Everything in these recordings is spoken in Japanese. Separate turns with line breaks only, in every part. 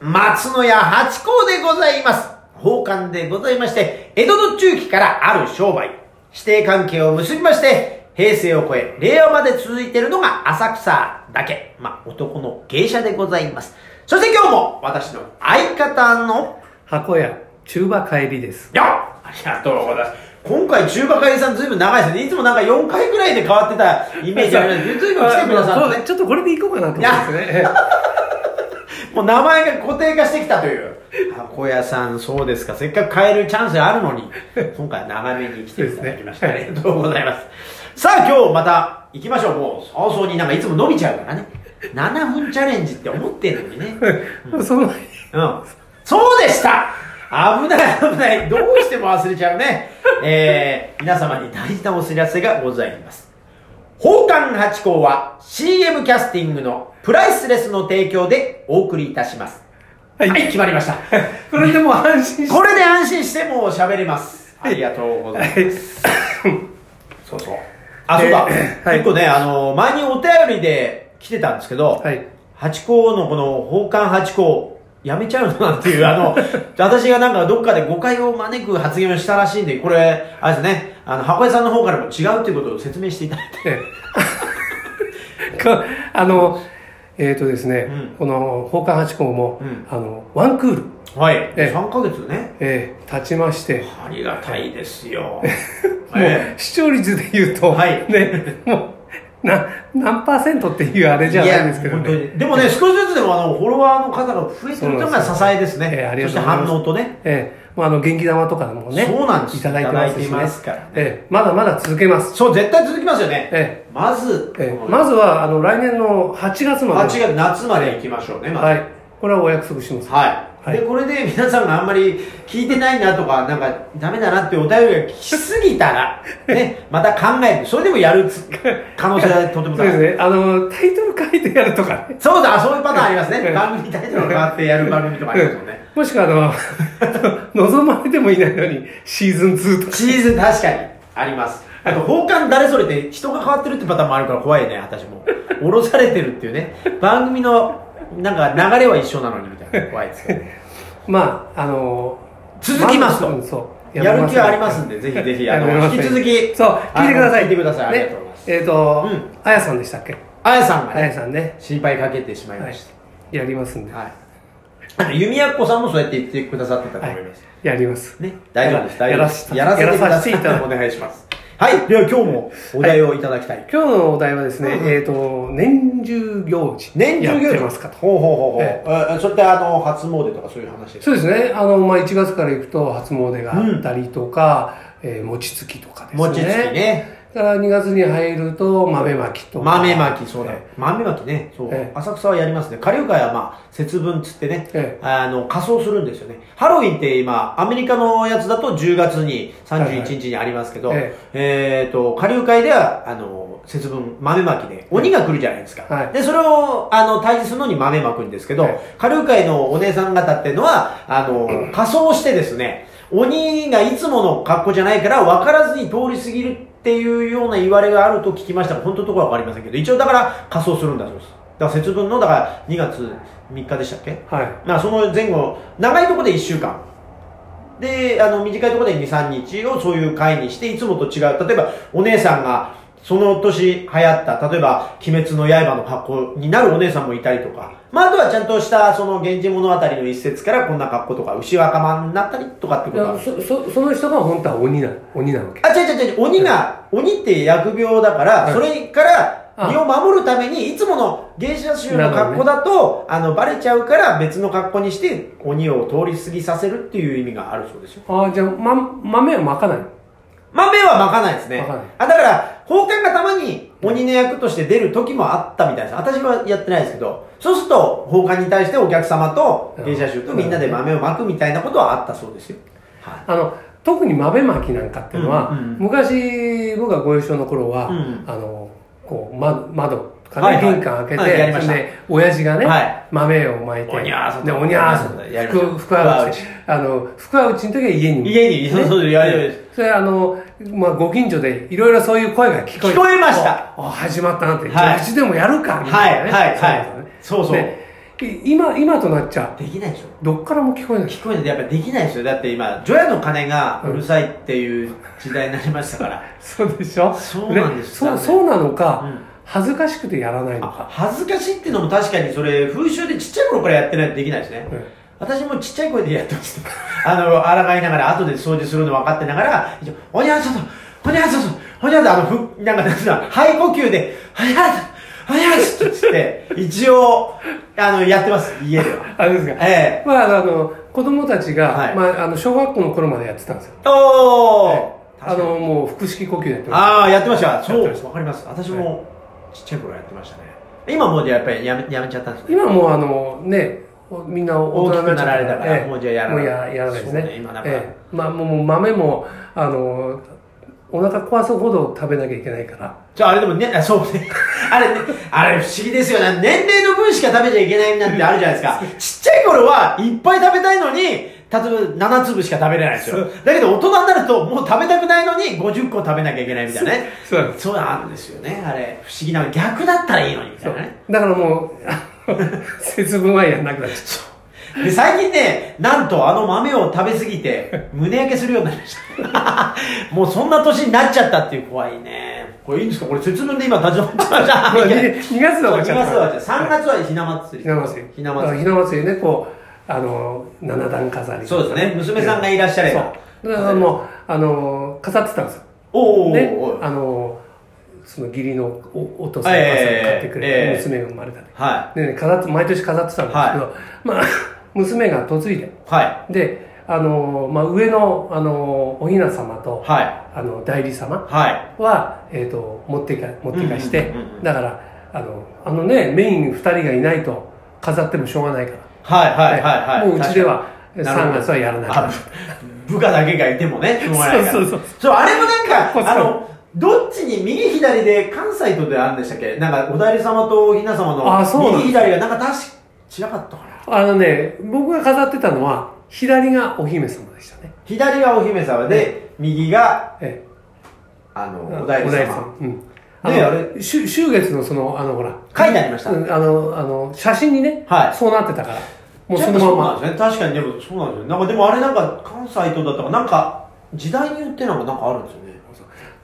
松野屋八甲でございます。宝冠でございまして、江戸の中期からある商売、指定関係を結びまして、平成を超え、令和まで続いているのが浅草だけ。まあ、男の芸者でございます。そして今日も私の相方の、
箱屋中馬帰りです
よっありがとうございます。今回中華会さんずいぶん長いですね。いつもなんか4回くらいで変わってたイメージあるんですけど、ずいぶん来てくださって
あそうちょっとこれでいこうかなと思ってますね
もう名前が固定化してきたという。箱屋さん、そうですか。せっかく変えるチャンスあるのに、今回は長めに来ていただきました。
そう
あ
ですね
りがとうございます。さあ、今日また行きましょう。もう早々になんかいつも伸びちゃうからね。7分チャレンジって思ってんのにね。
その前に
うん。そうでした危ない危ない。どうしても忘れちゃうね。えー、皆様に大事なお知らせがございます。宝冠八甲は CM キャスティングのプライスレスの提供でお送りいたします。はい、決まりました。
これでもう安心し
これで安心してもう喋れます。ありがとうございます。そうそう。あ、そうだ。
えーはい
結構ね、あの、前にお便りで来てたんですけど、
はい
八甲のこの宝冠八甲やめちゃうのなんていうあの私がなんかどっかで誤解を招く発言をしたらしいんでこれあれですねあの箱屋さんの方からも違うということを説明していただいて
ええ かあのえっ、とですね、
うん
この宝冠八甲も、
うん
あのワンクール、
はい、
ええ
3ヶ月ね
ええ経ちまして
ありがたいですよ
も
え
う視聴率で言うと、
はい
ね、もうな何パーセントっていうあれ
え
じゃないですけど
いや本
ね
当にでもね少しずつでもあのフォロワーの方が増えてるのが支えですね
そうなんですよええあり
そして
がとうございます
反応とね
ええもうあの元気玉とかもね
そうなんです
いただいてますし、ね、
いただいてますからね
ええまだまだ続けます、
そう絶対続きますよね、
え
まず、
えええまずはあの来年の8月ま
8
で
月夏まで行きましょうねまず
はいこれはお約束します
はい、
はい
でこれで皆さんがあんまり聞いてないなとかなんかダメだなってお便りが来すぎた ら、ね、また考えるそれでもやるつ可能性はとても高
そう
い
ですねあのタイトル書いてやるとかね
そうだそういうパターンありますね
ええ
番組タイトルが変わってやる番組とかありますもんね
もしくはあの 望まれてもいないのにシーズン2とか
シーズン確かにありますあと奉還誰それって人が変わってるってパターンもあるから怖いね私も降ろされてるっていうね番組のなんか流れは一緒なのにみたいな怖いですけど
まああの
続きますと
うんそう
やる気はありますん
で
でぜひぜひあ
やめ
の
ません
引き続き
そう聞いてください
あの聞いてくださいありがとうございます
えっ、と、
うん
あやさんでしたっけ
あやさんが
あや
ね、
さんね、
心配かけてしまい
は
ま
い
し、
やりますんで、
た。はい。あの、弓矢子さんもそうやって言ってくださってたと
は
思
い
います。
やります
ね、大丈夫です、
や
大丈夫です。
やらせ
やらせてく
やらさせていた
だ
だ
さい。
く
お願いします。 はい。では今日もお題をいただきたい。
今日のお題はですね、
うん
えっ、と年中行事
年中行事
やってますかと
ほうほうほうほう。
え
えそれってあの、初詣とかそういう話ですか
そうですねあの、まあ、1月から行くと初詣があったりとか、えー餅つきとかですね
餅つきね。
だから2月に入ると豆まきとか
豆まき、そうだ
え。
豆まきね。そう
ええ。
浅草はやりますね。下流会はまあ、節分つってね
え、
あの、仮装するんですよね。ハロウィンって今、アメリカのやつだと10月に31日にありますけど、
はいはい
えっと、下流会では、あの、節分、豆まきで、鬼が来るじゃないですか。
はい
で、それを、あの、退治するのに豆まくんですけど、
はい
下流会のお姉さん方っていうのは、あの、仮装してですね、鬼がいつもの格好じゃないから、分からずに通り過ぎるっていうような言われがあると聞きましたが、本当のところは分かりませんけど、一応だから仮装するんだそうです。だから節分の、だから2月3日でしたっけ
はい
まあ、その前後、長いところで1週間。で、あの、短いところで2、3日をそういう会にして、いつもと違う。例えば、お姉さんが、その年流行った、例えば、鬼滅の刃の格好になるお姉さんもいたりとか、まあ、あとはちゃんとした、その、源氏物語の一節からこんな格好とか、牛若間になったりとかって
い
ことがあ
や
る。
そそその人が本当は鬼な鬼なわけ
あ、違う違う違う、鬼が、鬼って疫病だから、
はい
それから、
あ
身を守るために、いつもの芸者衆の格好だと、あの、バレちゃうから、別の格好にして、鬼を通り過ぎさせるっていう意味があるそうですよ。
ああじゃあ、ま、豆はまかない
豆はまかないですね
まかない。
あ、だから、宝冠がたまに鬼の役として出る時もあったみたいです。私はやってないですけど、そうすると、宝冠に対してお客様と芸者衆とみんなで豆をまくみたいなことはあったそうですよ。はい。
あの特に豆まきなんかっていうのは、
うんうんうん
昔僕がご一緒の頃は、
うん
あのこう窓窓とか
はい
ね、
はい
玄関開けて、
はいやりました
それで親父がね、
はい
豆をまいて
おにゃーそと
でおにゃーそと
やりました
福福は内あの福は内の時は家に
家に、そうそう、やる
それあの、まあ、ご近所でいろいろそういう声が聞こえ
聞こえました
あ始まったなって、
はいう
ちでもやるかみ
は
た
い
いなね、
はいはいそうそう
でい今、今となっちゃ、
できないでしょ
どっからも聞こえない。
聞こえないやっぱりできないですよだって今除夜の鐘がうるさいっていう時代になりましたから、
そうでしょ
そうなんです
ねそう、そうなのか、
うん
恥ずかしくてやらないの
あ
か。
恥ずかしいっていうのも確かにそれ風習でちっちゃい頃からやってないとできないですね、
うん
私もちっちゃい声でやってましたあの抗いながら後で掃除するの分かってながら一応「おにゃんそとおにゃんそとおにゃんそ」あのふなんかなんつうの肺呼吸で「おにゃんそとおにゃんそと」って一応あのやってます家では
あれですか。
ええ
まあ、あの、子供たちが、
はい
まあ、あの、小学校の頃までやってたんですよ。
おー、
あの、もう腹式呼吸やってま
ああやってましたそ
やっ
う
てました
わかります私もちっちゃい頃やってましたね今もうじゃあやっぱりやめやめちゃったんです
す。
ね
今もう、あの、ね、みんな大
大
人
き
にな
くな
っちゃった
られたから、
ええ
もうじゃあやら
も
な
う
い
ややらないですね。
そう今なんか、
ええまあ、もうもう豆も、あの、お腹壊すほど食べなきゃいけないから。
じゃああれでもねあそうね あれねあれ不思議ですよね年齢の分しか食べちゃいけないなんてあるじゃないですかちっちゃい頃はいっぱい食べたいのに例えば7粒しか食べれないんですよだけど大人になるともう食べたくないのに50個食べなきゃいけないみたいなね
そうなんで
そうなんですよねあれ不思議な逆だったらいいのにみたいなね
だからもう、あの節分はやんなくなっちゃ
そう。で、最近ね、なんとあの豆を食べ過ぎて、胸焼けするようになりました。 もうそんな年になっちゃったっていう怖いね。これいいんですかこれ節分で今立ち止まっちゃいました。
う。まあ、2月は終わっちゃ
2
った。
月は3月はひな祭り。
ひな祭り。
ひな祭り。
り。ひな祭りね、こう、あの、七段飾り。
そうですね。娘さんがいらっしゃれば。
そう。だからもう、あの、飾ってたんですよ。
おーお
ね
ーおー、
あの、その義理のおお父さん、お母さんが
ええ
買ってくれて、
ええ
娘が生まれたね。
は
でね、飾って、毎年飾ってたんですけど、まあ、娘が嫁いで、
い。はい。
で、あの、まあ、上の、あの、お雛様と、
はい。
あの、代理様
はい。
は、えっ、と、持っていか、持っていかして、
うんうんうんうん
だから、あの、あのね、メイン二人がいないと、飾ってもしょうがないから。
はい。はい。はい。はい。
もううちでは
確かに
3月はやらない
あ 部下だけがいてもね、しょうがないから。
そうそうそう
そうあれもなん
そう
か、あの、どっちに右左で関西とであるんでしたっけなんか、おだり様とおひな様
あそうなん
の
です
右左がなんか確か、違かったかな。
あのね僕が飾ってたのは左がお姫様でしたね
左がお姫様で、右が、
え
あの、
え
おだり
お内
様。
うん
ね
あ
あ
れしゅ秋月のそのあのほら
書いてありました
うんあのあの写真にね、
はい
そうなってたからもう
や
そ
っぱ
の
そ
ま
うんなん
ま
ですね。確かに、でもそうなんですよ。なんか、でもあれなんか、関西とだったかなんか、時代によってなんか、なんかあるんですよね。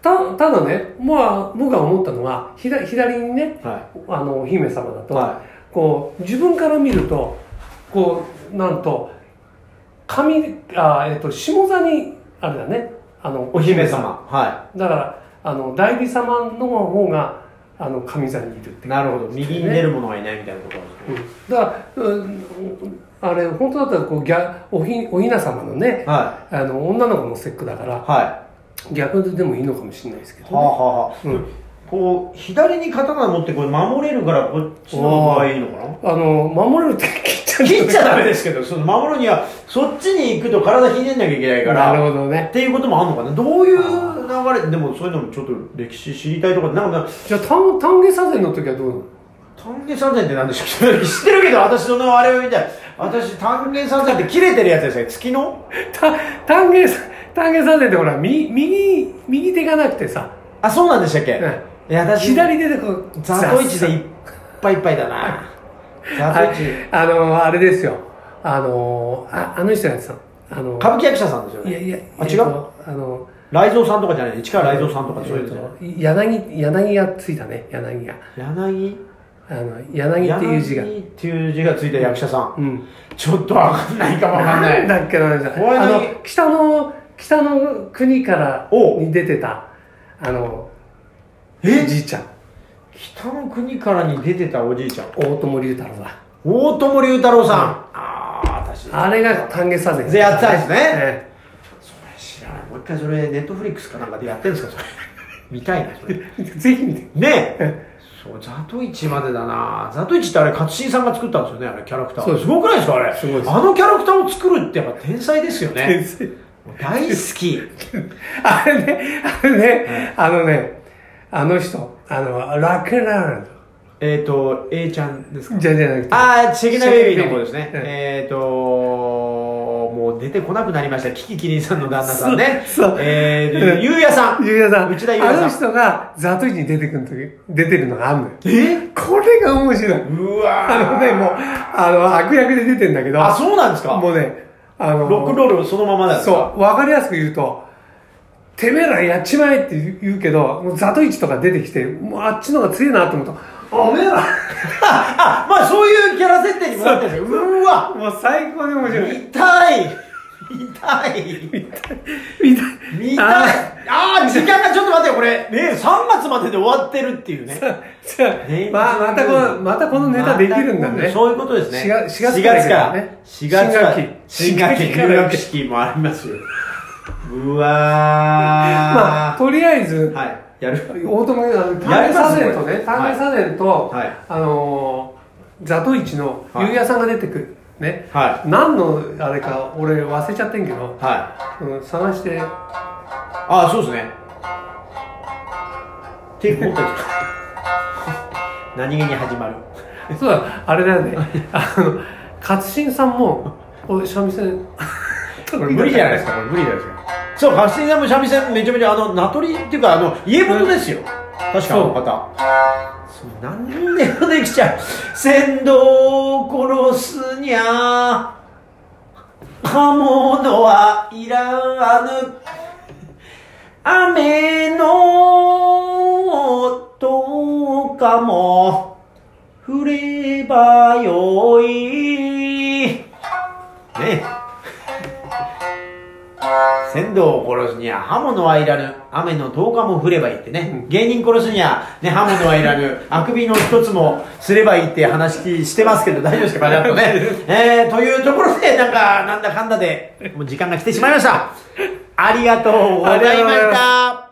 たただね、まあ、僕が思ったのは左左にね
は
あのお姫様だと、
は
こう自分から見るとこうなんと髪あ、えっと下座にあれだねあの
お姫様。は
だからあの代理様の方があの上座にいるって
い。なるほど。右に出る者がいないみたいなことなんですね。
うんだから、うん、あれ本当だったらこうギャおひおひな様のね
は
あの女の子の節句だか
い。
ら
はい。
逆でもいいのかもしれないですけど、
はあ、はあはあ
うん
こう左に刀持ってこれ守れるからこっちの方がいいのかな
あの守れるって切っちゃ
切っちゃダメですけどその守るにはそっちに行くと体ひねんなきゃいけないか
な
ら
るほどね
っていうこともあるのかなどういう
あ
流れでもそういうのもちょっと歴史知りたいとかなんか
じゃあ丹丹下左膳の時はどうなの
丹下三膳って何でしょう知ってるけど私そのあれを見たい私丹下三膳って切れてるやつですね月の
た丹下左丹下左膳ってほら右右右手がなくてさ、
あそうなんでしたっけ、
う
いや
ん、
私
左手でこう
ザトイチでいっぱいいっぱいだなザトイチ
あの、あれですよ。あの、ああの人がやってたの。あの、
歌舞伎役者さんですよね
いやいや、
あ
えっ
違
と
う
あの、
雷蔵さんとかじゃない市川雷蔵さんとかそういうやつじゃない
えっと柳、柳がついたね、柳が。
柳
あの、柳っていう字が。
柳っていう字がついた役者さん、
うん。
ちょっとわかんないかもわかん ない
んだっけな、じゃ
怖い
あ
な
の、北の、北の国から
お
に出てた、あの、
え
じいちゃん。
北の国からに出てたおじいちゃん
大友龍太郎だ。
大友龍太郎さん、ああ私
あれが丹下左
で
膳。
やってたんですね
え
それ知らないもう一回それネットフリックスかなんかでやってるんですかそれ見たいなそれね
え。 ぜひ見て。
え そうザトイチまでだなザトイチってあれ勝新さんが作ったんですよねあれキャラクター
そうです
すごくないですかあれ
すごいです
あのキャラクターを作るってやっぱ天才ですよね
先生
大好き
あれね、あれね、あのね、あの人、あの、ラクラン
えっ、ー、と A ちゃんですか
ドじゃじゃなくて、
ああ、チェキナベイビーの方です
チェ
ね
キ。ナベイビー
えっ、ー、ともうもう出てこなくなりました。キキキリンさんの旦那さんね。
そうそう
え
う
ー、
ん
ゆうやさん。
ゆうやさん、
内田ゆうやさん
あの人がザートイチに出てくるとき、出てるのがあんのよ。
え
これが面白い。
うわ
あ
ー
のね、もう、あの、悪役で出てんだけど、
あ、そうなんですか
もうね、あの、
ロックンロールそのままなんですか
そう、わかりやすく言うと、てめえらやっちまえって言う言うけど、もうザトイチとか出てきて、もうあっちの方が強いなと思うと、おめえら、
あ、あまあそういうキャラ設定にもなってるんですよ。うわ
もう最高に面白い。
痛い痛い
見たい。
見たいあー、時間がちょっと待ってよ、これ。ね3月までで終わってるっていう ね。
じゃあ
ね
まあ、またこの、またこのネタできるんだ
また
ね。
そういうことですね。
4月4
4
月
月か
から
ら
ね。
4月から。
新
新
学
学
期
期。入学式もありますよ。う
まあ、
わ
とりあえず
ー。、はい。やる。
大友あの、
や
単
り
イ
ま
サ
す
デンとね、
これ
単イサデンと、
はい
あのー、ザトイチの
はい
ゆうやさんが出てくる。ね。
は
何のあれか俺忘れちゃってんけど、
はい。
うん、探して
ああ、そうです ね。っていうことですか。何気に始まる。
そうだあれだよ ねあの勝新さんもお三味線
これ無理じゃないですか、これ無理じゃないですか。そう、カスティさんも三味線めちゃめちゃ、あの、名取っていうか、あの、家元ですよ。確か、あ
そう
の方。そう、なんでもできちゃう。 船頭を殺すにゃ、刃物はいらぬ。雨の音かも、降ればよい。ねえ。 船頭を殺すには刃物はいらぬ雨の10日も降ればいいってね、
うん
芸人殺すには、ね、刃物はいらぬあくびの一つもすればいいって話してますけど大丈夫ですかバラッとね、 えー、というところでなんかなんだかんだでもう時間が来てしまいましたありがとうございま
ありがとうござい
した